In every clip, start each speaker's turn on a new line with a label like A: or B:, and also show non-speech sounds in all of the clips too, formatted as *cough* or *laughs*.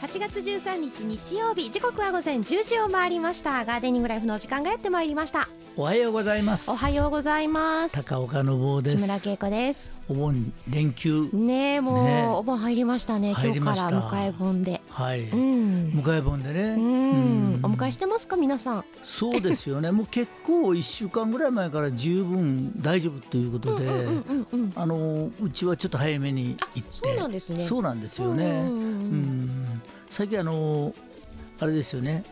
A: 13日日曜日時刻は午前10時を回りましたガーデニングライフの時間がやってまいりました
B: おはようございます
A: おはようございます
B: 高岡の坊で
A: 木
B: す
A: 村恵子です
B: お盆連休
A: ねえもう、
B: ねえ
A: お盆入りましたね今
B: 入
A: 日
B: り
A: か
B: ました
A: ら迎え盆で
B: はい、
A: うん
B: 迎え盆でね
A: うんお迎え
B: え
A: してますか皆さん
B: そうですよねもう結構一週間ぐらい前から十分大丈夫ということで、
A: うんうんうんうん
B: あのうちはちょっと早めに行って
A: そうなんですね
B: そうなんですよね
A: うんうんうん
B: うん最近あのあれですよね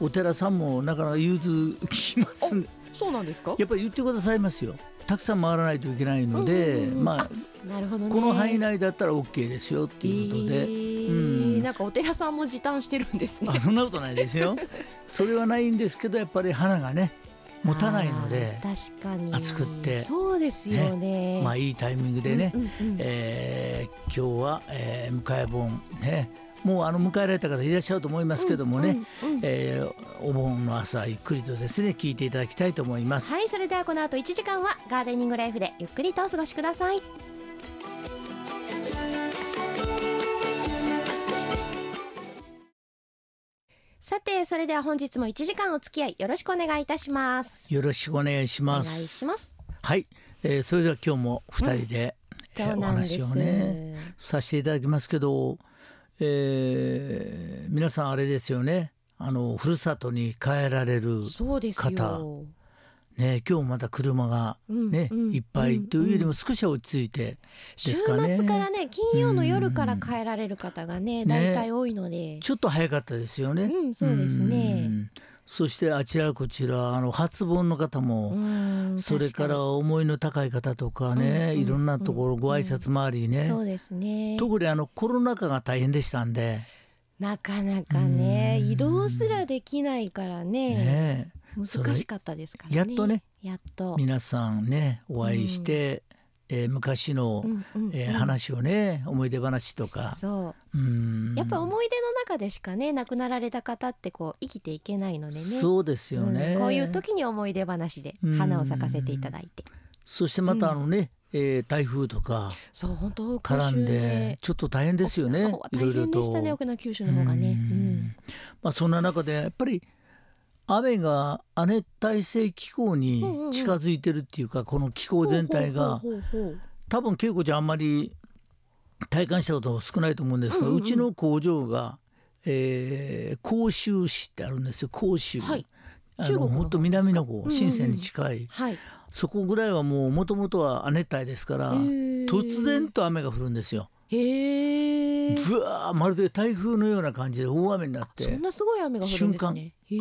B: お寺さんもなかなか融通きますんで
A: そうなんですか
B: やっぱり言ってくださいますよたくさん回らないといけないので、
A: うんうんうんうん
B: まあ
A: なるほどね
B: この範囲内だったら OK ですよっていうことで、
A: えー
B: うん
A: なんかお寺さんも時短してるんですね
B: あそんなことないで
A: *laughs*
B: すよそれはないんですけどやっぱり花がね持たないので
A: あー確かに
B: 暑くって
A: そうですよね
B: まあいいタイミングでね、
A: うんうんうん
B: えー今日は、えー迎え盆ねもうあの迎えられた方いらっしゃると思いますけどもね、
A: うんうんうん
B: えーお盆の朝ゆっくりとですね聞いていただきたいと思います。
A: はいそれではこの後1時間はガーデニングライフでゆっくりとお過ごしくださいさてそれでは本日も1時間お付き合いよろしくお願いいたします
B: よろしくお願いし
A: お願
B: ま
A: い
B: す。
A: します
B: はい、えーそれでは今日も2人で、え
A: そう
B: ーお
A: なんです
B: 話をねさせていただきますけど、えー皆さんあれですよねあのふるさとに帰られる、
A: そうです
B: 方
A: よ
B: ね、今日もまた車が、ね
A: うんうん
B: いっぱいというよりも少しは落ち着いてで
A: 週
B: すかね。
A: 末からね金曜の夜から帰られる方がね
B: ん
A: 大体多いので、
B: ちょっと早かったですよね。
A: うんそうですね
B: うんそしてあちらこちらあの初盆の方も、
A: うん
B: それから
A: 確
B: 思いの高い方とかね、
A: うんうん
B: いろんなところご挨拶回り
A: か
B: ね、
A: にそうですね
B: 特にあのコロナ禍が大変でしたんで、
A: なかなかね
B: うん
A: 移動すらできないからね
B: ねえそれ
A: 難しかったですからね
B: やっとね
A: やっと、
B: 皆さんねお会いして、えー昔の、
A: うんうんうん
B: えー話をね思い出話とか
A: そううんやっぱ思い出の中でしかね亡くなられた方ってこう生きていけないのでね
B: そうですよね、
A: うんこういう時に思い出話で花を咲かせていただいて、
B: そしてまたあのね、えー台風とか
A: そう本当
B: 絡んで
A: ね
B: ちょっと大変ですよねいろ
A: 大
B: いろ
A: 変
B: と
A: でしたね沖縄九州の方がね、
B: う
A: うんん
B: まあ、そんな中でやっぱり雨が亜熱帯性気候
A: うんうんうん
B: に近づいてるっていうか、この気候全体が
A: ほうほうほうほう
B: 多分恵子ちゃんあんまり体感したこと少ないと思うんですが、
A: う
B: うん
A: うんうん
B: ちの工場が、えー、甲州市ってあるんですよ甲州、
A: はい
B: あ
A: 中国の
B: の
A: 方
B: 本当南の方
A: ですか
B: 深センに近い、
A: はい、
B: そこぐらいはもうもともとは亜熱帯ですから
A: へー
B: 突然と雨が降るんですよ。
A: へえ
B: ぶわーまるで台風のような感じで大雨になっ
A: そ
B: て
A: んなすごい雨が降るんですねへ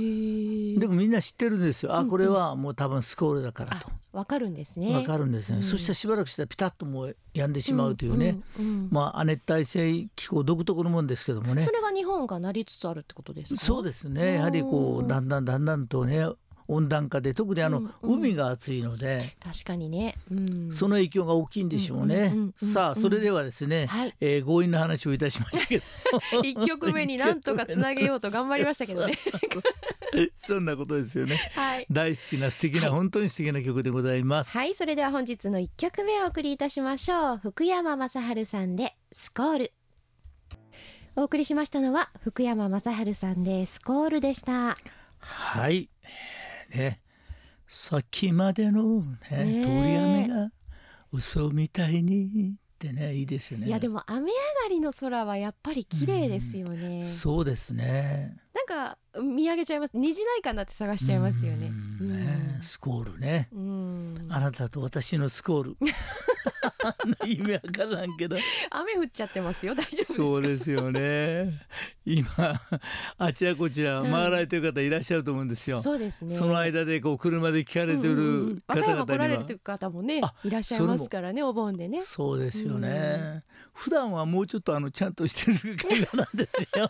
A: え
B: でもみんな知ってるんですよあこれはもう多分スコールだから
A: あ
B: と。
A: わかるんですね
B: わかるんですね、
A: うん
B: そしてしばらくしたらピタッともう止んでしまうというね、
A: んうんうん
B: まあ亜熱帯性気候独特のもんですけどもね
A: それが日本がなりつつあるってことですか
B: そうですねやはりこ
A: うん
B: うだんだんだんだんとね温暖化で特にあの、
A: うんうん
B: 海が暑いので
A: 確かにね、うん、
B: その影響が大きいんでしょうね、
A: うんうんうんうん
B: さあそれではですね、
A: はい
B: えー強引な話をいたしまし
A: *laughs*
B: たけど
A: 一曲目になんとかつなげようと頑張りましたけ
B: *laughs*
A: どね
B: そんなことですよね
A: はい
B: 大好きな素敵な、本当に素敵な曲でございます
A: はいそれでは本日の一曲目をお送りいたしましょう福山雅治さんでスコールお送りしましたのは福山雅治さんでスコールでした
B: はい、ね、さっきまで
A: ね
B: の、ね
A: え
B: 通り雨が嘘みたいにってねいいですよね。
A: いやでも雨上がりの空はやっぱり綺麗ですよね、
B: そうですね。
A: なんか見上げちゃいます虹ないかなって探しちゃいますよね
B: うんねスコールね。
A: うんうん
B: あなたと私のスコール。意味わからんけど。
A: 雨降っちゃってますよ大丈夫ですか
B: そうですよね。今あちらこちら回られてる方いらっしゃると思うんですよ。
A: そうですね
B: その間でこう車で聞かれて
A: うんうんうん
B: る
A: 和歌
B: 方
A: 山
B: 々
A: 来ら
B: に
A: れ
B: は
A: て。る方もね
B: あ
A: いらっしゃいますからねお盆でね
B: そうですよね。普段はもうちょっとあのちゃんとしてる会話なんです
A: *laughs*
B: よ。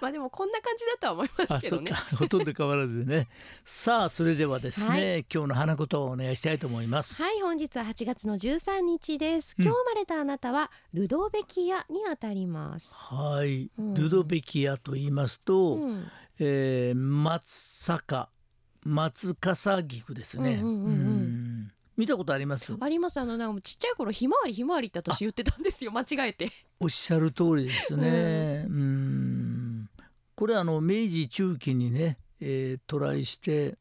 A: まあでもこんな感じだとは思いま
B: あ、
A: すけ
B: そ
A: ど
B: っ
A: ね
B: か、ほとんど変わらずでね。さあ、それではですね、
A: は
B: 今日の花言葉をお願いしたいと思います。
A: はい本日は8月の13日です
B: うん
A: 今日生まれたあなたはルドベキアにあたります、
B: はい、
A: うん
B: ルドベキアと言いますと、
A: うん
B: えー松坂、松笠菊ですね。
A: うんうんうんうん
B: うん見たことあります
A: ありますあのなんかちっちゃい頃ひまわりひまわりって私言ってたんですよ間違えて
B: おっしゃる通りですね。うんこれあの明治中期にね、えー、渡来して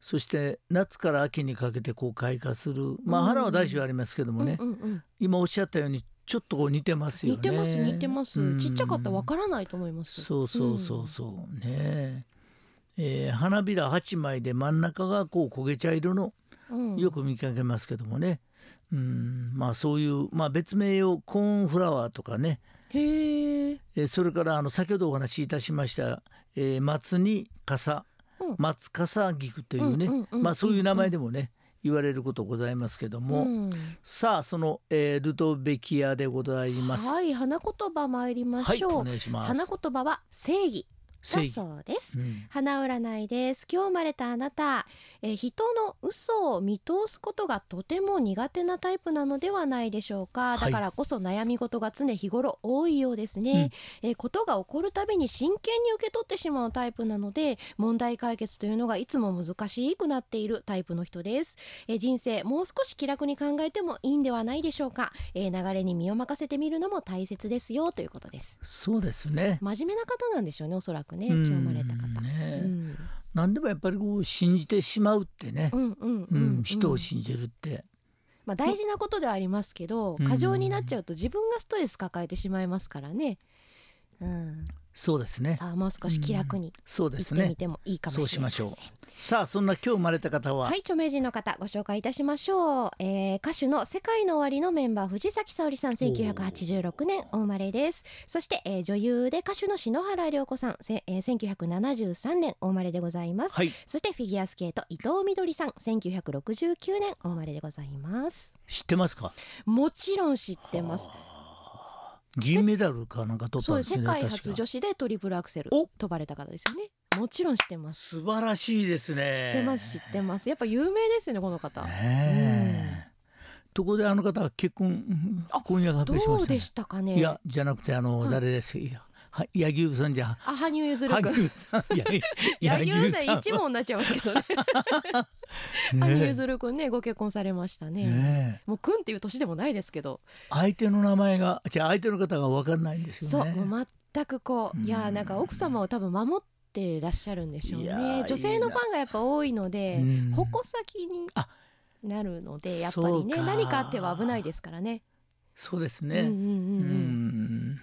B: そして夏から秋にかけてこう開花する、まあ、
A: うん
B: 花は大小ありますけどもね、
A: うんうんうん
B: 今おっしゃったようにちょっとこう似てますよね。
A: 似てます似てます、
B: うん
A: ちっちゃかったらわからないと思います
B: そうそうそうそうねええー花びら8枚で真ん中がこう焦げ茶色の
A: うん、
B: よく見かけますけどもね、うん、まあそういう、まあ、別名をコーンフラワーとかね、
A: へえ
B: えーそれからあの先ほどお話しいたしました、えー松に笠、
A: うん
B: 松笠菊というね、
A: うんうんうんうん
B: まあそういう名前でもね言われることございますけども、
A: うん
B: さあその、えールトベキアでございます。
A: はい花言葉参りましょう、
B: お願いします。
A: 花言葉は正義だ
B: 正義
A: そうです
B: うん
A: 花占いです今日生まれたあなた、えー人の嘘を見通すことがとても苦手なタイプなのではないでしょうか
B: は
A: だ
B: い
A: からこそ悩み事が常日頃多いようですね、えーことが起こるたびに真剣に受け取ってしまうタイプなので問題解決というのがいつも難しくなっているタイプの人です、えー人生もう少し気楽に考えてもいいんではないでしょうか、えー流れに身を任せてみるのも大切ですよということです
B: そうですね。
A: 真面目な方なんでしょうねおそらくね今日生まれた方
B: うんね
A: うん
B: 何でもやっぱりこう信じてしまうってね、
A: うんうん
B: う
A: うんん、
B: 人を信じるって、
A: まあ、大事なことではありますけど、
B: うん
A: 過剰になっちゃうと自分がストレス抱えてしまいますからね、うん、
B: そうですね。
A: さあもう少し気楽に
B: そ
A: 行
B: うで
A: って
B: す
A: み
B: ね。
A: てもいいかもしれません、
B: そうしさあそんな今日生まれた方は、
A: はい著名人の方ご紹介いたしましょう、えー歌手の「世界の終わり」のメンバー藤崎沙織さん1986年お生まれですそして、えー女優で歌手の篠原涼子さん、せえー、1973年お生まれでございます、
B: はい
A: そしてフィギュアスケート伊藤みどりさん1969年お生まれでございます
B: 知ってますか
A: もちろん知ってます
B: 銀メダルかなんか取った
A: そ
B: ん
A: う
B: で
A: ですす
B: ね
A: 世界
B: 確
A: 初
B: か
A: 女子でトリプルアクセル
B: お
A: 飛ばれた方ですよねもちろん知ってます
B: 素晴らしいです
A: 知
B: ね
A: ってます知ってますやっぱ有名ですよねこの方
B: ねえところであの方は結婚
A: あ
B: 婚約発
A: ど
B: 表しまし
A: う
B: たね
A: でしたかね
B: いやじゃなくてあの、
A: はい
B: 誰ですいやは柳生さんじゃ
A: あ羽生結弦
B: 萩
A: 君
B: 生さんいや
A: 柳生さん
B: は
A: 一問になっちゃいますけど *laughs* ね羽生結弦君ねご結婚されました
B: ね
A: ね
B: えねえ
A: もう君っていう年でもないですけど、
B: 相手の名前がじゃ相手の方が分かんないんです
A: そ
B: よ
A: う
B: ね
A: もう全くこう、
B: うん
A: いやーなんか奥様を多分守ってらっしゃるんでしょう
B: いや
A: ね
B: ー
A: 女性のファンがやっぱ多いので、
B: うん
A: 矛先に
B: あ
A: なるのでやっぱ
B: そ
A: り
B: う
A: ね
B: か
A: 何かあっては危ないですからね
B: そうです
A: うんうん
B: ね
A: うんうん
B: ん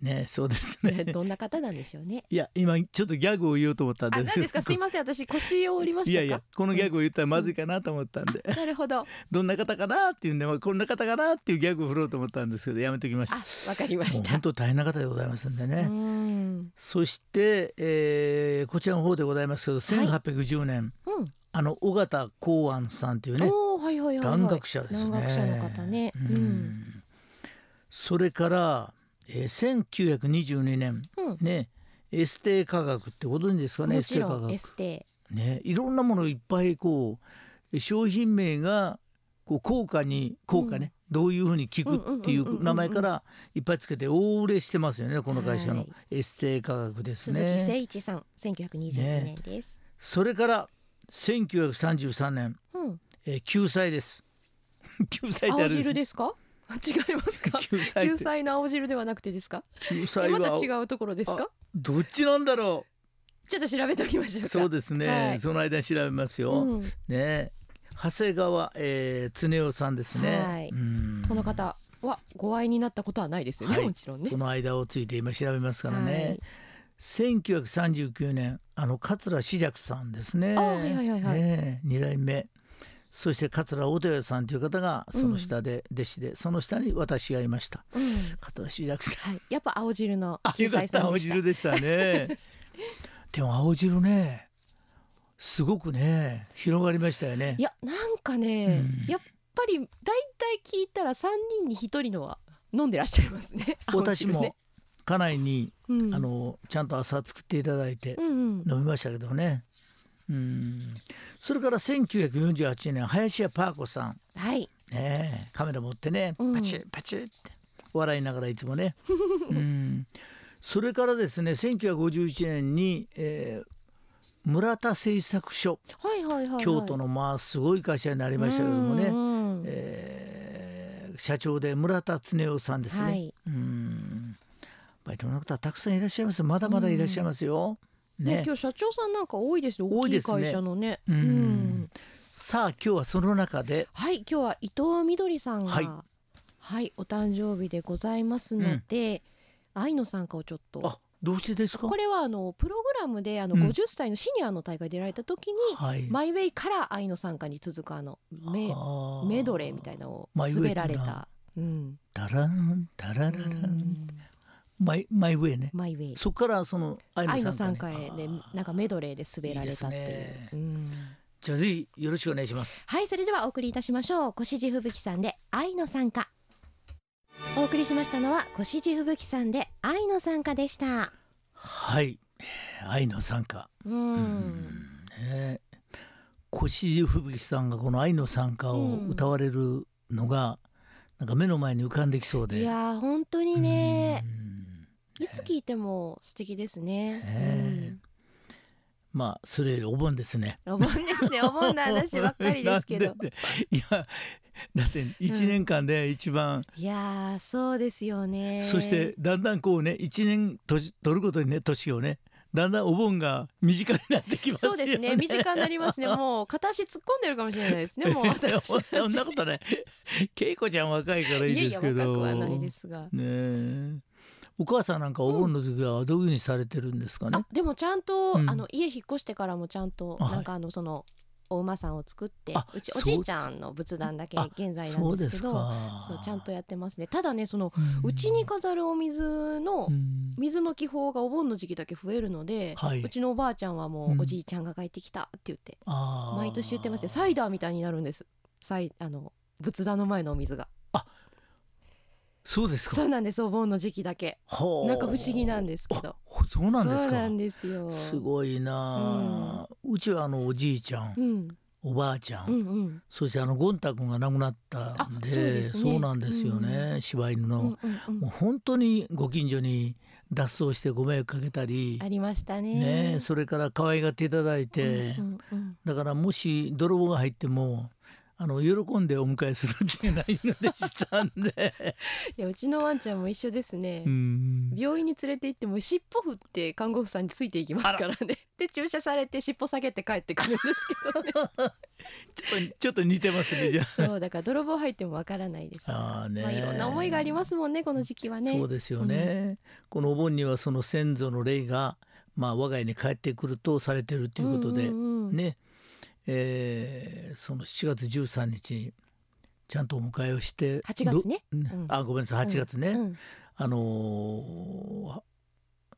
B: ねそうですね
A: ね *laughs* どんな方なんでしょうね。
B: *laughs* いや今ちょっとギャグを言おうと思ったん
A: あ、なん
B: です
A: ですか。すいません、私腰を折りましたか。
B: いやいやこのギャグを言ったらまずいかなと思ったんで、
A: なるほ
B: *laughs*
A: ど。あ、わ
B: どんな方かなっていうんで、まあ、こんな方かなっていうギャグを振ろうと思ったんですけどやめときました
A: かりま
B: も
A: し
B: う
A: た
B: 本。当大変な方でございますんでね、
A: うん。
B: そして、えーこちらの方でございますけど1810年、
A: うん。
B: あの尾形公安さんというね
A: おお、はいはいはいはい。
B: 蘭学者です
A: 蘭
B: ね
A: 学者の方ね。う
B: うん
A: ん。
B: それから、えー1922年
A: うん。
B: ねエステ科学ってご存知ですかねエ
A: も
B: ス
A: ち
B: テ科
A: ろんエ
B: 学
A: ステ。
B: ねいろんなものをいっぱいこう商品名がこう効果に効果ね、どういうふうに効くってい
A: うんうんうんうんう
B: うん名前からいっぱいつけて大売れしてますよねこの会社
A: は
B: の
A: い
B: エステ科学です
A: 鈴木誠
B: ね。
A: 一さん、1922年です。
B: それから1933年、
A: うん。
B: えー救済です *laughs* 救済ってあ
A: 青
B: れです？
A: 汁ですか？ *laughs* 違いますか
B: *laughs* 救済
A: 救
B: って
A: 済の青汁ではなくてですか？
B: 救
A: え
B: 済
A: また違
B: は
A: うところですか？
B: どっちなんだろ
A: ちょっと調べておきましょう
B: う
A: か。
B: そうですね、
A: はい
B: その間調べますよ、
A: うん
B: ね長谷川、えー、常夫さんですね、
A: はい
B: うん
A: この方はご愛になったことはないですよね。
B: はい
A: もちろんね
B: そ。の間をついて今調べますからね、
A: はい
B: 1939年あの桂志尺さんですね
A: あはいはいはいはい
B: ねえ二代目そして桂小谷さんという方がその下で弟子で、その下に私がいました
A: うん
B: 桂志尺さん
A: はい、やっぱ青汁の *laughs*
B: あ
A: 救
B: よかっ
A: 済さん
B: た青
A: でした
B: 汁でしたね *laughs* でも青汁ねすごくね広がりましたよね
A: いやなんかね、
B: うん
A: やっぱり大体聞いたら3人に1人のは飲んでらっしゃいますね
B: *laughs* 私
A: 青汁
B: も
A: ね
B: 家内に、
A: うん、
B: あのちゃんと朝作っていただいて、
A: うんうん
B: 飲みましたけどねうんそれから1948年林家パー子さん
A: はい
B: ねえカメラ持ってね
A: うん
B: パチッパチッって笑いながらいつ
A: *laughs*
B: もねうんそれからですね1951年に、えー村田製作所
A: はいはいはいはい
B: 京都のまあすごい会社になりましたけどもね、
A: うんうん
B: えー社長で村田恒夫さんですね。
A: はい
B: うんまあいろんな方たくさんいらっしゃいますまだまだいらっしゃいますよ。
A: ね
B: ね
A: 今日社長さんなんか多いですね大
B: 多
A: き
B: い
A: い
B: ですね
A: 会社のね
B: う
A: うんん、
B: さあ今日はその中で
A: はい今日は伊藤みどりさんが
B: は
A: はいい、お誕生日でございますので、愛の参加をちょっと
B: あどうしてですか
A: これはあのプログラムであの
B: うん
A: 50歳のシニアの大会出られた時に、
B: はい、
A: マイウェイから愛の参加に続くあのメメドレーみたい
B: な。
A: なのを
B: マイウェイ
A: 滑られ
B: ってな
A: た、うん、
B: ダランダラララ
A: う
B: ン
A: ん
B: マイマイウェイね。
A: マイウェイ
B: そこからその愛
A: 愛
B: の
A: の
B: 参
A: 参
B: 加
A: 加
B: ね
A: へで
B: あー
A: なんかメドレーで滑られたっていう
B: いいですね
A: うん
B: じゃあぜひよろしくお願いします。
A: はいそれではお送りいたしましょう越路吹雪さんで愛の参加お送りしましたのは越路吹雪さんで愛の参加でした
B: はい愛の参加。
A: うん、
B: ね越吹雪さんがこの「愛の参加」を歌われるのが、なんか目の前に浮かんできそうで。
A: いやー本当にね
B: うん
A: いつ聴いても素敵ですね、
B: ねまあそれよりお盆ですね。
A: うんお盆ですねお盆の話ばっかりですけ
B: *laughs* な
A: ど
B: んでっていやだって一年間で一番、
A: いやーそうですよね
B: そしてだんだんこうね一年年取ることにね年をねだんだんお盆が身近になってきます
A: そ
B: よ
A: う
B: ね。
A: です
B: *laughs*
A: ね。身近になりますね。もう片足突っ込んでるかもしれないですね。もう私たち。
B: そんなこ
A: *laughs*
B: とない。恵子ちゃん若いからいい
A: いや
B: で
A: い
B: す
A: や
B: け
A: 若
B: ど。
A: くはないですが。
B: ねえ。お母さんなんかお盆の時はどういうふうにされてるんですかね
A: あ。でもちゃんと、
B: うん
A: あの家引っ越してからもちゃんと、
B: はい
A: なんかあのそのお馬さんを作って
B: あ
A: うち
B: そう
A: おじいちゃんの仏壇だけ
B: あ
A: 現在な
B: そ
A: ん
B: う
A: で
B: ですす
A: けどそう
B: か。
A: ちゃんとやってますねただねその
B: ん
A: うちに飾るお水の、
B: うん
A: 水の気泡がお盆の時期だけ増えるので、
B: はいう
A: ちのおばあちゃんはもう、
B: うん
A: おじいちゃんが帰ってきたって言って
B: あー
A: 毎年言ってますよサイダーみたいになるんですサイあの仏壇の前のお水が
B: そうです
A: そ
B: か。
A: うなんですお盆の時期だけ
B: ほう
A: なんか不思議なんですけど
B: ほそうなんです
A: そう
B: か
A: な。んですよ
B: すごいなあ。うちはあのおじいちゃん、
A: うん、
B: おばあちゃん、
A: うんうん
B: そしてあのゴン太君が亡くなったんで、
A: あそうですね
B: そうなんですよね。柴犬の、
A: うんうんうん
B: もう本当にご近所に脱走してご迷惑かけたり
A: あ、りましたね
B: ねえ、それから可愛がっていただいて。
A: うんうんうん
B: だからもし泥棒が入ってもあの喜んでお迎えするわけないのでしたんで
A: いやうちのワンちゃんも一緒ですね、
B: うん
A: 病院に連れて行っても尻尾振って看護婦さんについていきますからね
B: *laughs*
A: で注射されて尻尾下げて帰ってくるんですけどね
B: ちょっとちょっと似てますねじゃあ。
A: *laughs* そうだから泥棒入ってもわからないです
B: *laughs* あーね
A: まあ、いろんな思いがありますもんねこの時期はね
B: そうですよね、このお盆にはその先祖の霊が、まあ、我が家に帰ってくるとされてるということ
A: ん
B: で、
A: うんうん
B: ね、えーその7月13日にちゃんとお迎えをして
A: 8月ね、
B: ろ
A: うん
B: あごめんなさい8月ね、
A: うん
B: あのー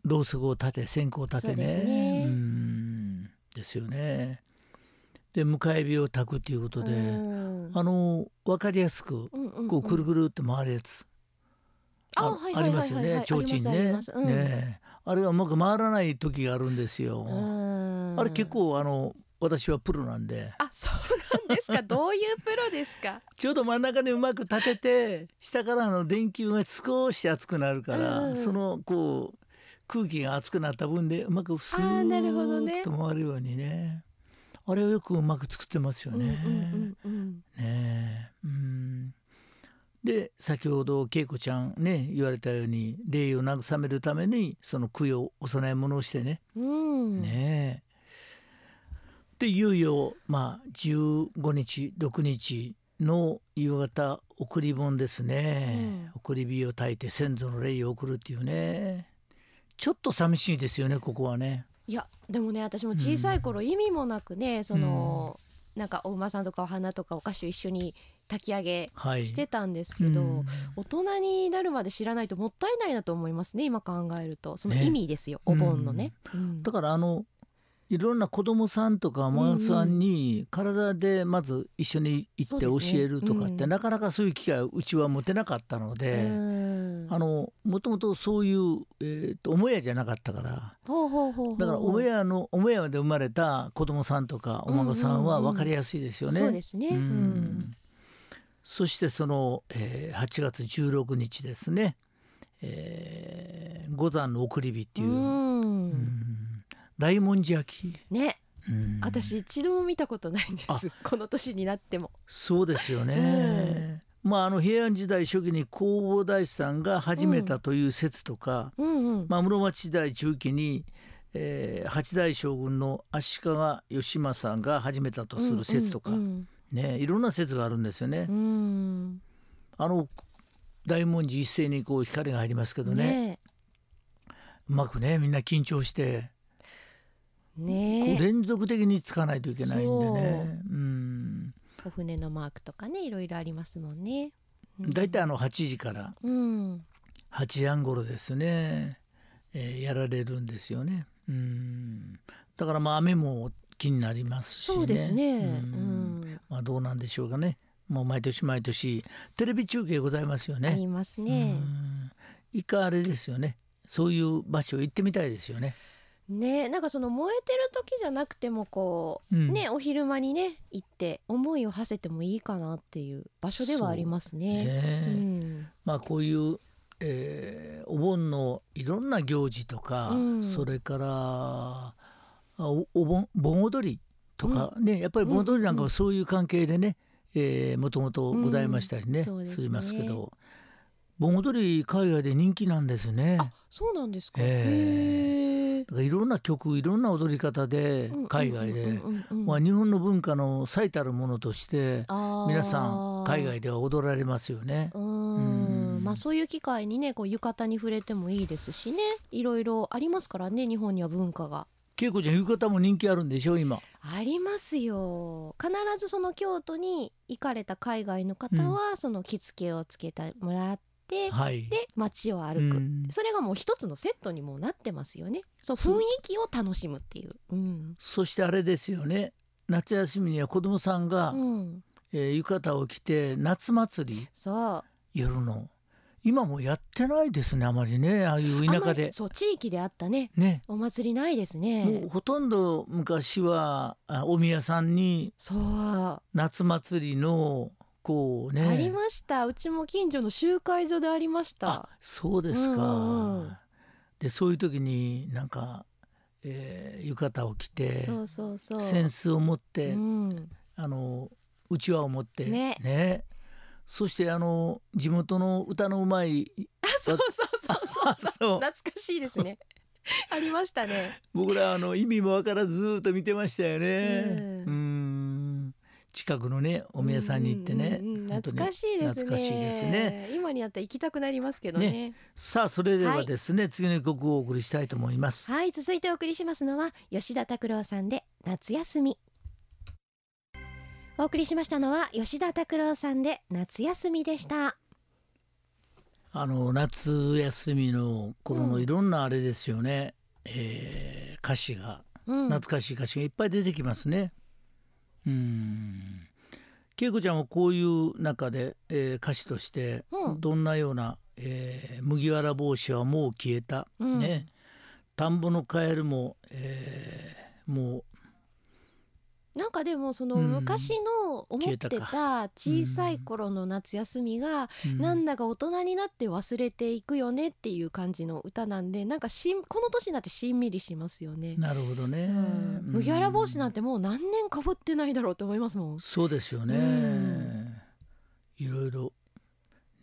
B: ろうそくを立て線香を立て
A: そうで
B: ね
A: すね
B: うんですよね。で迎え火を焚くということで、
A: うん
B: あのーわかりやすく
A: うんうんうん
B: こうくるくるって回るやつ、
A: あ
B: あ
A: はい
B: あ
A: はいはい
B: りま
A: はい
B: すよね提灯
A: あり
B: ね
A: ますありますうん
B: ねえあれがうまく回らない時があるんですよ。
A: うん
B: あれ結構あの私はプロなんで
A: あそうなんです
B: *laughs*
A: かどういうプロですか
B: ちょうど真ん中にうまく立てて下からの電球が少し熱くなるから、
A: うんうん
B: そのこう空気が熱くなった分でうまくスー
A: あーなるほど
B: ッ
A: ね
B: と回るようにねあれをよくうまく作ってますよ
A: うんうん
B: ね。
A: うんうん
B: ねえうんで先ほど恵子ちゃんね言われたように霊を慰めるためにその供養お供え物をしてね
A: うん
B: ねえ。でいよいよまあ15日6日の夕方送り盆ですね、送り火を焚いて先祖の霊を送るっていうねちょっと寂しいですよねここはね。
A: いやでもね私も小さい頃意味もなくね、そのなんかお馬さんとかお花とかお菓子を一緒に炊き上げ
B: はい、
A: してたんですけど、
B: うん
A: 大人になるまで知らないともったいないなと思いますね今考えるとその意味ですよ、
B: ね
A: お盆のね、うん
B: だからあのいろんな子供さんとかお孫さんに体でまず一緒に行
A: そ
B: って教
A: うですね
B: えるとかって、
A: うん
B: なかなかそういう機会うちは持てなかったので、
A: うん
B: あのもともとそういう、えーと母屋じゃなかったから
A: ほうほうほうほう
B: だから
A: ほう
B: 親の親で生まれた子供さんとかお孫さんは分かりやすいですよね。
A: そうですね、う
B: う
A: んん
B: そしてその、えー8月16日ですね、えー、五山の送り火ってい
A: う
B: う、うんん大文字焼き、
A: ね、
B: うん
A: 私一度も見たことないんですこの年になっても
B: そうですよね。まあ、あの平安時代初期に弘法大師さんが始めたという説とか、
A: うんうん、
B: まあ、室町時代中期に、えー八代将軍の足利義政が始めたとする説とか、
A: うん
B: ね、いろんな説があるんですよね
A: うんう。ん
B: あの大文字一斉にこう光が入りますけ
A: う
B: ど
A: ん
B: ね
A: ね
B: うまくねみんな緊張して、
A: え
B: こう
A: ねえ
B: 連続的につかないといけないんでね。うん
A: お船のマークとかねいろいろありますもんね。うん
B: だいたいあの8時から
A: うん
B: 8時半頃ですね、えーやられるんですよね。うんだからまあ雨も気になりますしね。
A: そうですね。う
B: うん
A: ん
B: まあどうなんでしょうかね。もう毎年毎年テレビ中継ございますよ
A: あ
B: ね。
A: りますね。
B: うん一回あれですよね。そういう場所行ってみたいですよね。
A: ねえなんかその燃えてる時じゃなくてもこう、
B: うん
A: ねお昼間にね行って思いを馳せてもいいかなっていう場所ではありますね。
B: ね
A: う
B: え
A: ん
B: まあこういう、えーお盆のいろんな行事とか、
A: うん
B: それからあおお盆盆踊りとかね、やっぱり盆踊りなん
A: うんう
B: かはそういう関係でね、えーもともとございましたりね,、
A: うん
B: す
A: そうですね
B: りますけど盆踊り海外で人気なんですね。
A: あそうなんですか。
B: え
A: へえ
B: だからいろんな曲いろんな踊り方で海外で、
A: うんうんうんうん
B: まあ、日本の文化の最たるものとして
A: あー
B: 皆さん海外では踊られますよね。
A: うー
B: うんん
A: まあそういう機会にねこう浴衣に触れてもいいですしねいろいろありますからね日本には文化が
B: 恵子ちゃん浴衣も人気あるんでしょ今。
A: ありますよ必ずその京都に行かれた海外の方は、その着付けをつけてもらって
B: はい、
A: で街を歩く、
B: うん
A: それがもう一つのセットにもうなってますよねそう雰囲気を楽しむっていううん、
B: そしてあれですよね夏休みには子供さんが、
A: うん、
B: えー浴衣を着て夏祭り
A: そう
B: 夜の今もうやってないですねあまりねああいう
A: あ
B: 田
A: んま
B: 舎
A: り
B: で
A: そう地域であったね
B: ね
A: お祭りないです
B: もう
A: ね
B: ほとんど昔はあお宮さんに
A: そう
B: 夏祭りのこうね
A: ありましたうちも近所の集会所でありました
B: あそうですか、
A: うんうん
B: でそういう時になんか、えー浴衣を着て
A: そうそうそう
B: 扇子を持って、
A: うん、
B: あのうちわを持って
A: ね
B: そしてあの地元の歌のうまい
A: あそう *laughs* そうそうそうそう
B: そ
A: 懐
B: う
A: かしいですねありましたね
B: *laughs* 僕らあの意味もわからずずーっと見てましたよね。
A: う
B: うーん近くのねお宮さんに行ってね、
A: うんうんうん
B: 本当に
A: 懐かしいですね
B: 懐かしいですね
A: 今になったら行きたくなりますけどね
B: さあそれで
A: は
B: はいですね、次の曲をお送りしたいと思います。
A: はい続いてお送りしますのは吉田拓郎さんで夏休みお送りしましたのは吉田拓郎さんで夏休みでした
B: あの夏休みの頃
A: う
B: の
A: ん
B: いろんなあれですよね、えー歌詞が
A: うん
B: 懐かしい歌詞がいっぱい出てきますね。うん。恵子ちゃんはこういう中で、えー歌詞として
A: うん
B: どんなような、えー麦わら帽子はもう消えた、
A: うん
B: ね田んぼのカエルも、えーも
A: なんかでもその
B: うん
A: 昔の思って
B: 消えた
A: た小さい頃の夏休みが
B: う、うん
A: なんだか大人になって忘れていくよねっていう感じの歌なんでなんかしんこの年になってしんみりしますよね。
B: なるほどね
A: う。ん麦わら帽子なん
B: て
A: てもう何年かぶってないだろうと思いますもん。
B: そうですよね。
A: うん
B: いろいろ、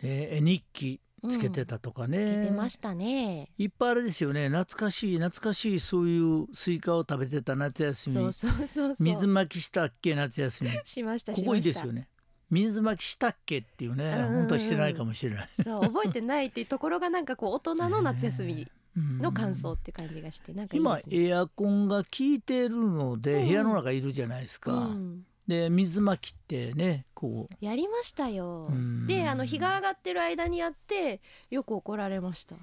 B: ね、絵日記つけてたとかね。
A: うん、つけてましたね。
B: いっぱいあれですよね懐かしい懐かしいそういうスイカを食べてた夏休み
A: そうそうそうそう。
B: 水まきしたっけ夏
A: *laughs*
B: 休み
A: しました
B: こ
A: し
B: こ
A: ま
B: いい
A: し
B: で
A: た。
B: すよね水まきしたっけっていうね、
A: うんうんうん
B: 本当はしてないかもしれない、
A: そう覚えてないっていうところがなんかこう大人の夏休み
B: うん
A: の感想っていう感じがしてなんかいい
B: 今
A: ですね。
B: エアコンが効いてるので、
A: うん
B: 部屋の中いるじゃないですか、
A: うん
B: で水まきってねこう
A: やりましたよ
B: うん。
A: で、あの日が上がってる間にやって、よく怒られました。あ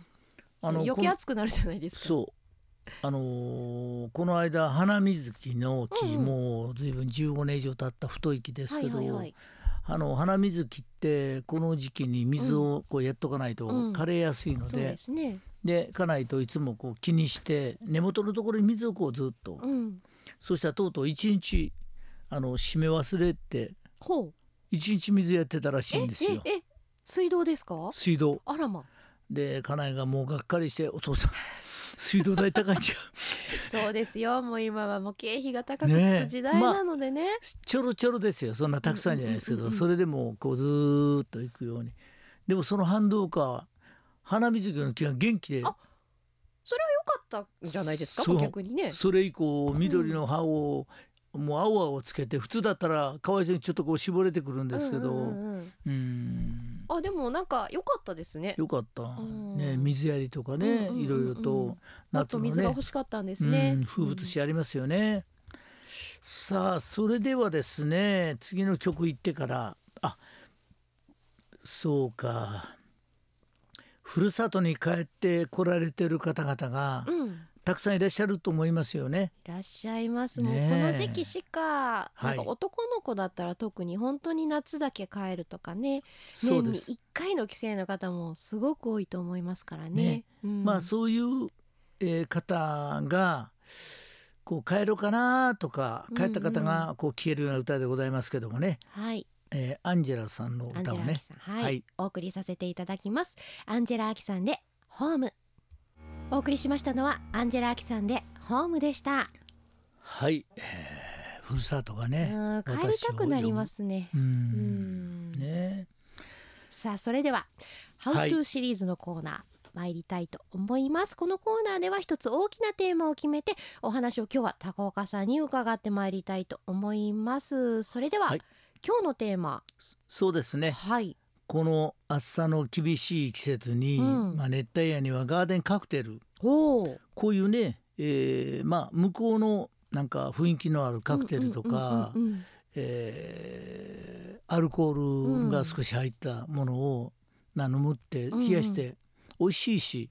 B: あ
A: の余
B: のこ
A: 計
B: の
A: 暑くなるじゃないですか。
B: そうあのーこの間花水木の木、
A: うんうん
B: もう随分15年以上経った太い木です
A: は
B: け
A: い
B: ど、
A: はいはい。
B: あの花水木ってこの時期に水をこうやっとかないと
A: うん
B: 枯れやすいので,、
A: そうですね。
B: で家内といつもこう気にして根元のところに水をこうずっと、
A: うん。
B: そしたらとうとう一日あの締め忘れて
A: ほう。
B: 一日水やってたらしい
A: え
B: んですよ
A: ええ水道ですか？
B: 水道
A: あらま。
B: で家内がもうがっかりして「お父さん水道代高いんちゃう
A: そうですよもう今はもう経費が高くつく時代なのでね
B: ちょろちょろですよそんなたくさんじゃないですけ
A: うんうん
B: ど
A: うんうん
B: それでもこうずーっと行くようにでもその反動か花水魚の木が元気で
A: あ良かったんじゃないですか
B: そう
A: 逆にね
B: それ以降緑の葉をもう青々つけて普通だったらかわいそうにちょっとこう絞れてくるんですけど
A: うんう
B: うん
A: うんうん
B: ーん
A: あでもなんか良かったですね
B: よかった
A: ん
B: ね水やりとか
A: うんうん
B: ね
A: うんうん
B: いろいろと
A: もっと
B: 夏の
A: 水が
B: ね
A: 欲しかったんです
B: う
A: ね
B: ん、風物詩ありますよね、さあそれではですね次の曲行ってからあそうかふるさとに帰って来られてる方々が
A: うんうん
B: たくさんいらっしゃると思いますよね。
A: いらっしゃいます、も
B: ね
A: うこ
B: え
A: の時期しか
B: は
A: ないんか男の子だったら特に本当に夏だけ帰るとかね
B: そ
A: 年
B: うで
A: に
B: す、
A: 1回の帰省の方もすごく多いと思いますからね
B: ね
A: うん
B: まあそういう、えー方がこう帰ろうかなとか帰った方
A: うん
B: がこう消えるような歌でございますけどもね、
A: はい
B: えーアンジェラさん
A: ア
B: の
A: ンジ
B: 歌
A: ェ
B: を
A: ラア
B: ね
A: キさん、はい、
B: はい
A: お送りさせていただきます。アンジェラアキさんでホーム。お送りしましたのはアンジェラアキさんでホームでした。
B: はい、えーふるさとが
A: う
B: ね、
A: ん帰りたくなりますね。
B: う
A: うんん
B: ね
A: さあそれでは「
B: は
A: How
B: い
A: to」シリーズのコーナー、参りたいと思いますこのコーナーでは一つ大きなテーマを決めてお話を今日は高岡さんに伺って参りたいと思いますそれでは、
B: はい
A: 今日のテーマ
B: そうですね
A: はい
B: この暑さの厳しい季節に、
A: うん
B: まあ、熱帯夜にはガーデンカクテル
A: おー
B: こういうね、えーまあ、向こうのなんか雰囲気のあるカクテルとか
A: うんうんうんうん
B: えーアルコールが少し入ったものを、な飲むって
A: うんうん
B: 冷やして美味しいし、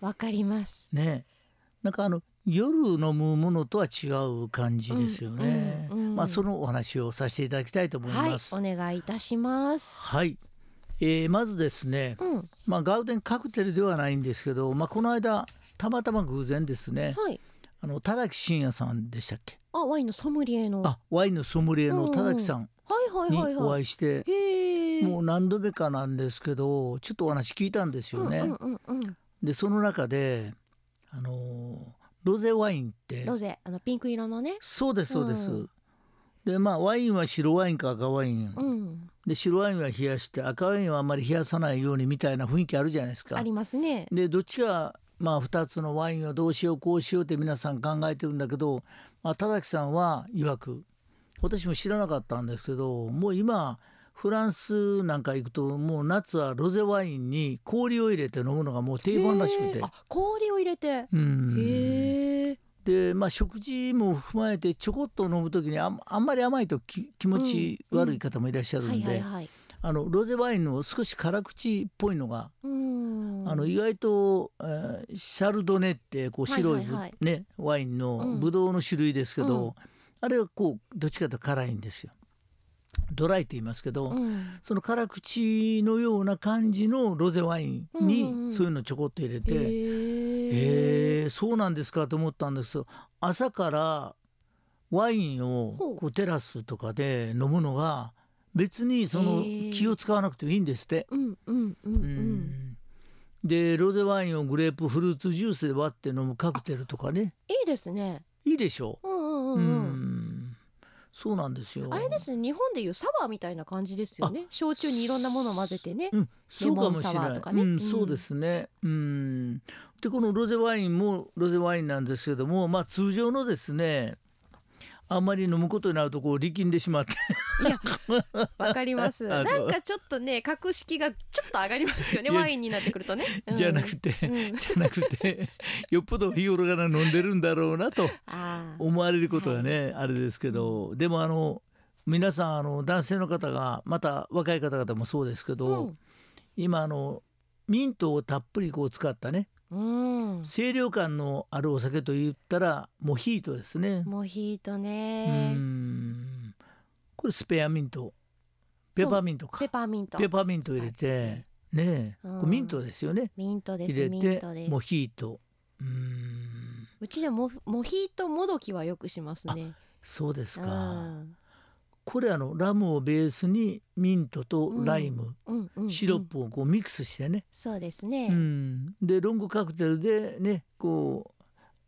A: わかります
B: ねなんかあの夜飲むものとは違う感じですよね。
A: うんうんうん
B: まあ、そのお話をさせていただきたいと思い
A: はい
B: ます。
A: お願いいたします
B: はい、えーまずですね、
A: うん
B: まあ、ガウデンカクテルではないんですけど、まあ、この間たまたま偶然ですね
A: はい
B: あの田崎真也さんでしたっけ
A: あワインのソムリエのは
B: あワインのソムリエの田崎さん
A: いはい
B: に
A: はい
B: お
A: はい
B: 会いして
A: へー
B: もう何度目かなんですけどちょっとお話聞いたんですよね。
A: うんうんうんうん
B: でその中であのロゼワインって
A: ロゼあのピンク色のね
B: そうですそうです。
A: うん
B: でまあワインは白ワインか赤ワイン、
A: うん
B: で白ワインは冷やして赤ワインはあんまり冷やさないようにみたいな雰囲気あるじゃないですか
A: あ。りますね
B: でどっちがまあ2つのワインをどうしようこうしようって皆さん考えてるんだけど、まあ、田崎さんは曰く私も知らなかったんですけどもう今フランスなんか行くともう夏はロゼワインに氷を入れて飲むのがもう定番らしく
A: へ
B: て
A: ー。あ氷を入れて
B: うん
A: へえ
B: でまあ、食事も踏まえてちょこっと飲む時にあんあんまり甘いとき気持ち悪い方もいらっしゃる
A: は
B: ん
A: い
B: で、
A: はいはい
B: あのロゼワインの少し辛口っぽいのが
A: うん
B: あの意外と、えーシャルドネってこう白
A: は
B: い,、
A: いはいはい
B: ね、ワインの
A: うん
B: ブドウの種類ですけど、
A: うん
B: あれはこうどっちかというと辛いんですよ。ドライって言いますけど、
A: うん
B: その辛口のような感じのロゼワイン
A: うんうんうん
B: にそういうのちょこっと入れて、
A: へえ
B: えーそうなんですかと思ったんですけど朝からワインを
A: ほう
B: こうテラスとかで飲むのが別にその
A: へー
B: 気を使わなくてもいいんですって。
A: うんうんうん
B: う
A: うん
B: んでロゼワインをグレープフルーツジュースで割って飲むカクテルとかね
A: いいですね
B: いいでしょ
A: うんうん
B: う、
A: う
B: うん
A: うん
B: んそうなんですよ
A: あれですね日本でいうサワーみたいな感じですよね焼酎にいろんなものを混ぜてね
B: うん、そうかもし
A: レモン
B: れ
A: サ
B: な
A: ワー
B: い、
A: とかね
B: う
A: うん
B: ん、そうですね、うん、でこのロゼワインもロゼワインなんですけどもまあ通常のですねあんまり飲むことになるとこう力んでしまって
A: わかりますな
B: *laughs* あそうん
A: かちょっとね格式がちょっと上がりますよね
B: いや
A: ワインになってくるとね、うん
B: じゃなくて、 *laughs*
A: うん
B: じゃなくてよっぽど日頃から飲んでるんだろうなと
A: あー
B: 思われることはね、あれですけどでもあの皆さんあの男性の方がまた若い方々もそうですけど、今あのミントをたっぷりこう使ったね
A: うん、うん、
B: 清涼感のあるお酒と言ったらモヒートですね。
A: モヒート
B: う
A: ね
B: んこれスペアミントペパーミントか
A: ペパーミント
B: ペパーミントを入れてねえ、
A: うん
B: これミントですよね
A: ミントです
B: 入れ
A: ミン
B: て
A: トです
B: モヒートうん
A: うちでもモモヒートもどきはよくしますね
B: そうですか
A: うん
B: これあのラムをベースにミントとライム、
A: うんうんうん
B: シロップをこうミックスしてね、
A: そうです
B: う
A: ね。
B: ん、でロングカクテルでねこ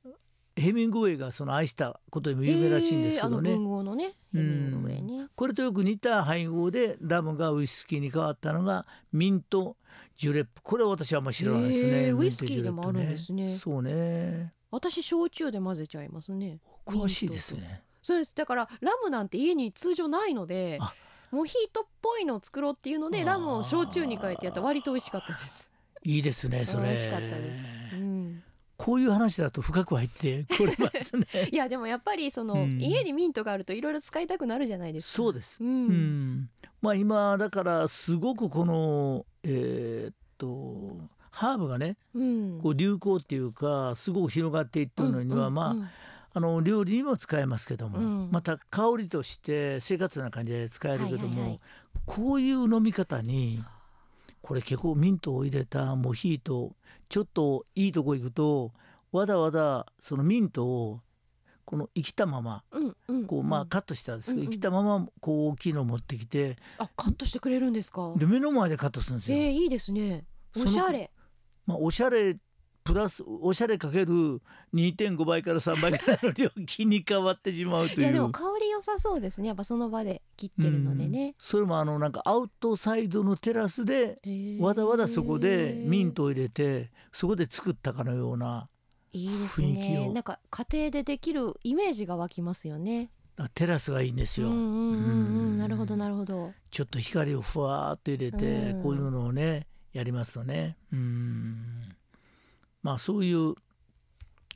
B: うヘミングウェイがその愛したことでも有名らしいんですけどね、
A: えーあの文豪のね、ヘミングウェイね。
B: これとよく似た配合でラムがウイスキーに変わったのがミントジュレップこれは私はあんまり知らないですね、
A: へえ
B: ミ
A: ウ
B: ントジュレップね
A: イスキーでもあるんですね
B: そうね
A: 私焼酎で混ぜちゃいますね。
B: 詳しいですね
A: そうです。だからラムなんて家に通常ないので
B: あ、
A: モヒートっぽいのを作ろうっていうの
B: あ
A: で
B: ー
A: ラムを焼酎に変えてやったら割と美味しかった
B: *laughs*
A: です。
B: いいですねそれ
A: 美味しかったです。うん。
B: こういう話だと深く入ってこれま
A: *laughs*
B: すね
A: いやでもやっぱりその、
B: うん
A: 家にミントがあるといろいろ使いたくなるじゃないですか。
B: そうです
A: う。
B: うんん、まあ今だからすごくこのえーっとハーブがね
A: うん。
B: こう流行っていうかすごく広がっていってるのにはまあ、あの料理にも使えますけども、
A: うん
B: また香りとして生活の中で使えるけ
A: は
B: ども、
A: いはいはい
B: こういう飲み方に
A: そう
B: これ結構ミントを入れたモヒートちょっといいとこ行くとわざわざそのミントをこの生きたまま
A: うんうんうん
B: こうまあカットしたんですけど、
A: うんうん
B: 生きたままこう大きいのを持ってきて
A: あカットしてくれるんですか。
B: で目の前でカットするんです
A: え
B: よ。
A: ー、いいですね。おしゃれ。
B: まあ、おしゃれプラスおしゃれかける2.5倍から3倍からいの料金に変わってしまうと
A: い
B: いう。
A: やでも香り良さそうですね。やっぱその場で切ってるので
B: うん
A: ね。
B: それもあのなんかアウトサイドのテラスで
A: へー
B: わざわざそこでミントを入れてそこで作ったかのようない
A: いです
B: 雰囲気
A: ね
B: を
A: なんか家庭でできるイメージが湧きますよね
B: あテラスがいいんです
A: うん
B: よ、
A: うんうんう
B: うん
A: んなるほどなるほど
B: ちょっと光をふわーっと入れて、
A: うん
B: こういうのをねやりますとねうんまあそういう、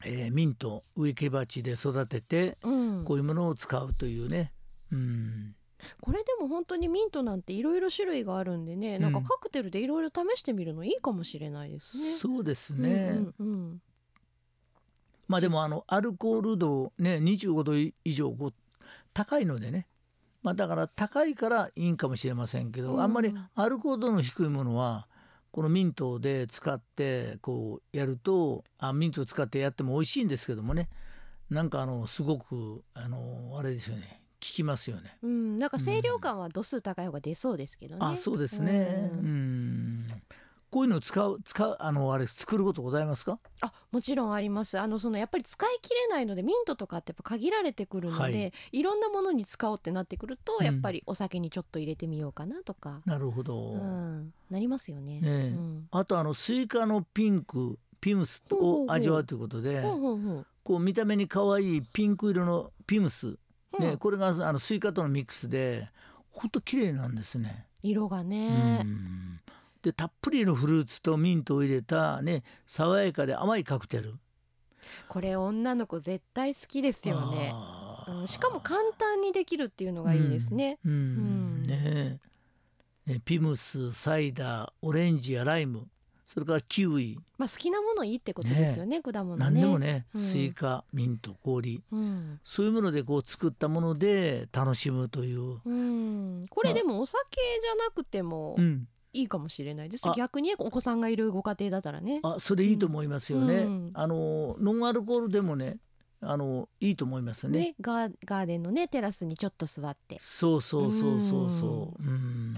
B: えーミント植木鉢で育てて
A: うん
B: こういうものを使うというねうん
A: これでも本当にミントなんていろいろ種類があるんでね、
B: うん
A: なんかカクテルでいろいろ試してみるのいいかもしれないですね
B: そうですね、
A: うんうん
B: まあでもあのアルコール度ね25度以上こう高いのでね、まあ、だから高いからいいんかもしれませんけど、
A: うん
B: あんまりアルコール度の低いものはこのミントで使ってこうやるとあミントを使ってやっても美味しいんですけどもねなんかあのすごくあのあれですよね効きますよね。
A: うん、うんなんか清涼感は度数高い方が出そうですけどね、
B: あそうですね、
A: う
B: うんんこういうの使う使うあのあれ作ることございますか
A: あもちろんありますあのそのやっぱり使い切れないのでミントとかってやっぱ限られてくるので、、
B: はいい
A: ろんなものに使おうってなってくると、
B: うん
A: やっぱりお酒にちょっと入れてみようかなとか、
B: なるほど。
A: うん、なりますよね。
B: ええ
A: うん、
B: あとあのスイカのピンクピムスを味わうということで
A: ほうほうほう
B: こう見た目に可愛いピンク色のピムス、
A: うん
B: ね、これがあのスイカとのミックスでほんと綺麗なんですね。
A: 色がね、
B: うんでたっぷりのフルーツとミントを入れた、ね、爽やかで甘いカクテル。
A: これ女の子絶対好きですよね。
B: あー
A: うん、しかも簡単にできるっていうのがいいですね。
B: うん
A: うん
B: ねえねピムスサイダーオレンジやライムそれからキウイ
A: まあ好きなものいいってことですよね、果物ね。
B: 何でもね
A: うん
B: スイカミント氷
A: うん。
B: そういうものでこう作ったもので楽しむという。
A: うん、これでもお酒じゃなくても
B: うん、
A: いいかもしれないです、
B: あ
A: 逆にお子さんがいるご家庭だったらね
B: あそれいいと思いますよね。
A: うん
B: あのノンアルコールでもねあのいいと思いますね。
A: ねガーガーデンのねテラスにちょっと座って
B: そうそうそうそうそう。うん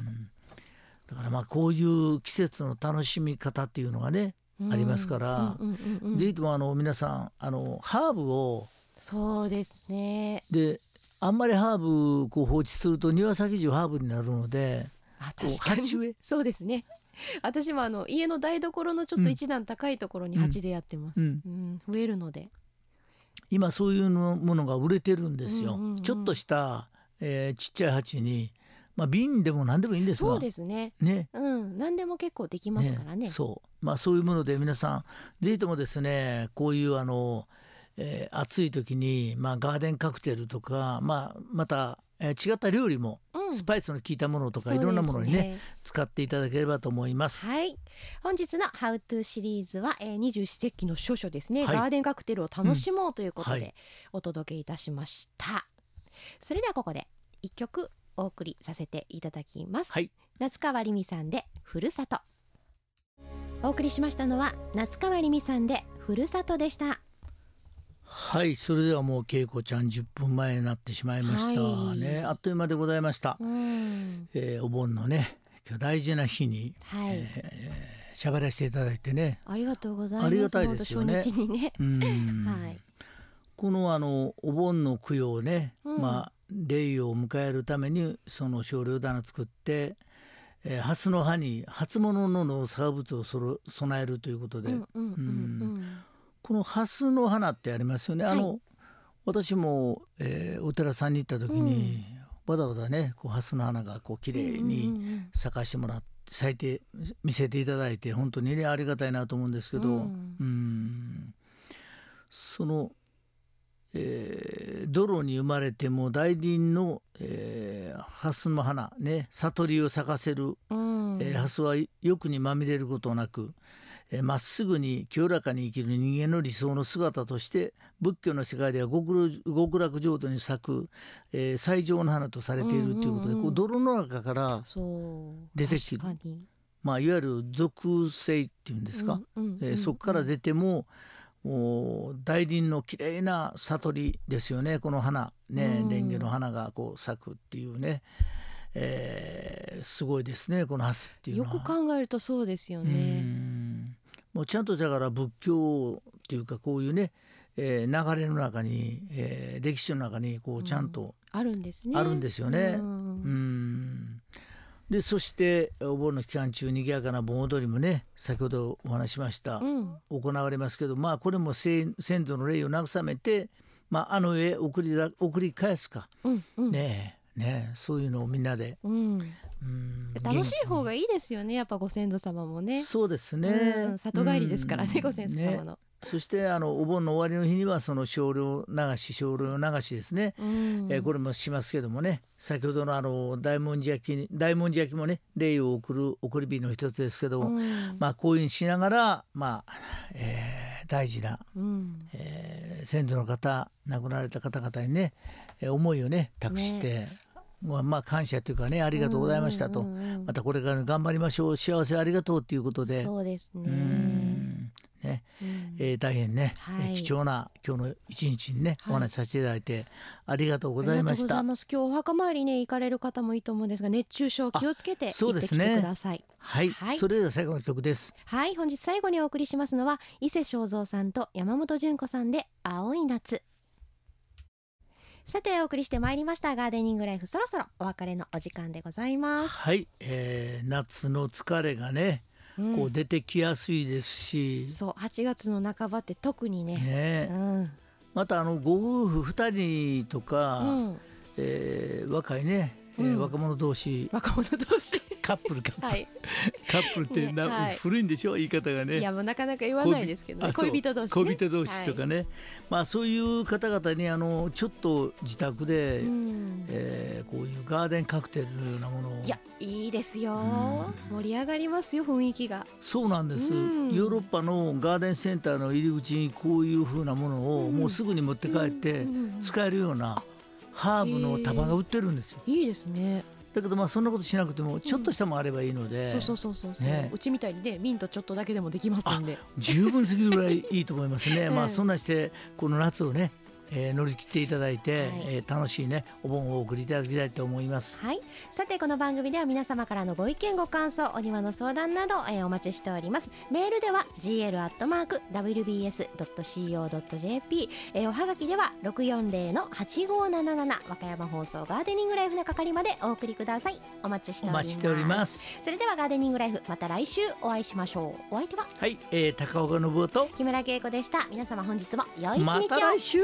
B: だからまあこういう季節の楽しみ方っていうのがね、ありますから
A: うんうんうんうん
B: ぜひともあの皆さんあのハーブを
A: そうですね
B: であんまりハーブこう放置すると庭先中ハーブになるので
A: あ
B: こう
A: 確かに
B: 鉢植え
A: *laughs* そうですね私もあの家の台所のちょっと一段高いところに
B: うん
A: 鉢でやってます、う
B: うんん
A: 増えるので
B: 今そういうのものが売れてるんですよ、
A: うんうんうん
B: ちょっとした、えーちっちゃい鉢に、まあ、瓶でも何でもいいんですが
A: そうですね
B: ね
A: うん何でも結構できますからね
B: そうまあそういうもので皆さんぜひともですねこういうあの、えー暑い時に、まあ、ガーデンカクテルとか、まあ、また、えー違った料理も、
A: うん
B: スパイスの効いたものとか、
A: そう
B: いろんなものに
A: で
B: ね
A: す
B: 使っていただければと思います。
A: はい本日の「How to」シリーズは、えー、二十四節気の書書ですね、
B: はい
A: ガーデンカクテルを楽しもうということ
B: うんは
A: でお届けいたしました、それではここで一曲お送りさせていただきます、
B: はい
A: 夏川りみさんでふるさとお送りしましたのは夏川りみさんでふるさとでした
B: はいそれではもう恵子ちゃん10分前になってしまいました、
A: はい
B: ねあっという間でございました、
A: うん
B: えーお盆のね今日大事な日に
A: はい、
B: 喋らせていただいてね
A: ありがとうございます。
B: ありがたいですよ
A: 本
B: ね
A: 当初日にね。
B: うん、
A: はい
B: このあのお盆の供養をね、
A: うん
B: まあ霊を迎えるためにその少量棚作って、えー、蓮の葉に初物の農作物をそろ備えるということで、
A: うんうんうん
B: この蓮の花ってありますよね。あの、私も、えーお寺さんに行った時に、わざわざねこう蓮の花がこう綺
A: うん。
B: 麗
A: うん
B: に
A: うんうん
B: 咲かしてもらって咲いて見せていただいて本当にねありがたいなと思うんですけど、
A: うん
B: うんその、えー泥に生まれても大輪の、えー、蓮の花ね悟りを咲かせる
A: うん。
B: えー、蓮は欲にまみれることなくえーまっすぐに清らかに生きる人間の理想の姿として仏教の世界では極楽極楽浄土に咲く、えー最上の花とされているということで、
A: うんうんうん
B: こう泥の中から、
A: そう。
B: 出てきて
A: 確かに。
B: まあ、いわゆる俗性っていうんですか、
A: うんうんうん
B: えーそこから出てももう大輪の綺麗な悟りですよねこの花ね、
A: うん
B: レンゲの花がこう咲くっていうね、えーすごいですねこの蓮っていう
A: よ
B: のは。
A: く考えるとそうですよね。
B: うんもうちゃんとだから仏教っていうかこういうね、えー流れの中に、えー歴史の中にこうちゃんと、
A: あるんですね。
B: あるんですよね
A: うん
B: うんでそしてお盆の期間中賑やかな盆踊りもね先ほどお話ししました、
A: うん
B: 行われますけどまあこれも先先祖の霊を慰めて、まあ、あの世へ送りだ送り返すか、
A: うんうん。
B: ねえねえそういうのをみんなで、
A: うん。
B: うん
A: 楽しい方がいいですよね。やっぱご先祖様もね。
B: そうですね、
A: うん里帰りですから
B: う
A: ね、
B: ん
A: ご先祖様の。
B: そしてあのお盆の終わりの日にはその少量流し少量流しですね、
A: うん
B: えーこれもしますけどもね先ほどのあの大文字焼きに大文字焼きもね礼を送る送り火の一つですけども、
A: うん
B: まあこういうふうにしながらまあ、えー大事な、
A: うん
B: えー先祖の方亡くなられた方々にねえー思いをね託して、まあまあ感謝というかねありがとうございましたと、
A: うんうんうん
B: またこれから頑張りましょう幸せありがとうということで。
A: そうです
B: う
A: ね。
B: んね
A: うん
B: えー大変ね、
A: はい
B: えー貴重な今日の一日にね、
A: はい
B: お話しさせていただいてありがとうございまし
A: あ
B: た
A: りがとうござい。ます。今日お墓参りね行かれる方もいいと思うんですが、熱中症気をつけて
B: あそ
A: 行
B: う
A: っ
B: で
A: てき
B: す
A: て
B: ね
A: ください。
B: はい、
A: はい
B: それでは最後の曲です。
A: はい、本日最後にお送りしますのは伊勢正三さんと山本純子さんで青い夏。さてお送りしてまいりましたガーデニングライフそろそろお別れのお時間でございます。
B: はい、えー夏の疲れがね、
A: うん
B: こう出てきやすいですし、
A: そう8月の半ばって特にね。う
B: ね、
A: ん、
B: またあのご夫婦二人とか、
A: うん、
B: えー若いね、
A: う
B: えー
A: ん
B: 若者同士
A: 若者同
B: *laughs*
A: 士
B: カップルカップル、
A: はい。
B: カップルってな、
A: ねはい
B: 古いんでしょ言い方がね。
A: いやもうなかなか言わないですけど、ね、
B: あそう
A: 恋人同士、ね、
B: 恋人同士とかね、まあそういう方々にあのちょっと自宅で、
A: うん
B: えーこういうガーデンカクテルのようなものを
A: いやいいですよ
B: う
A: 盛り上がりますよ雰囲気が
B: そうなんです、
A: うん
B: ヨーロッパのガーデンセンターの入り口にこういう風なものを
A: うん
B: もうすぐに持って帰って
A: うんうんうん
B: 使えるようなハーブの束が売ってるんですよ
A: いいですね、
B: だけどまあそんなことしなくてもちょっとしたもんあればいいの
A: そ
B: で、
A: うそうそうそうそう、
B: ね
A: うちみたいにねミントちょっとだけでもできますんで
B: 十分すぎるぐらいいいと思いますね、
A: *laughs* うん
B: まあそんなしてこの夏をね、えー乗り切っていただいて、
A: はい
B: えー楽しいねお盆をお送りいただきたいと思います
A: はいさてこの番組では皆様からのご意見ご感想お庭の相談など、えーお待ちしておりますメールでは gl.wbs.co.jp、えーおはがきでは640-8577和歌山放送ガーデニングライフの係までお送りくださいお待ちして
B: お
A: おります
B: 待ちしております
A: それではガーデニングライフまた来週お会いしましょうお相手は
B: はい、えー高岡信夫と
A: 木村恵子でした皆様本日も良い一日を、
B: また来週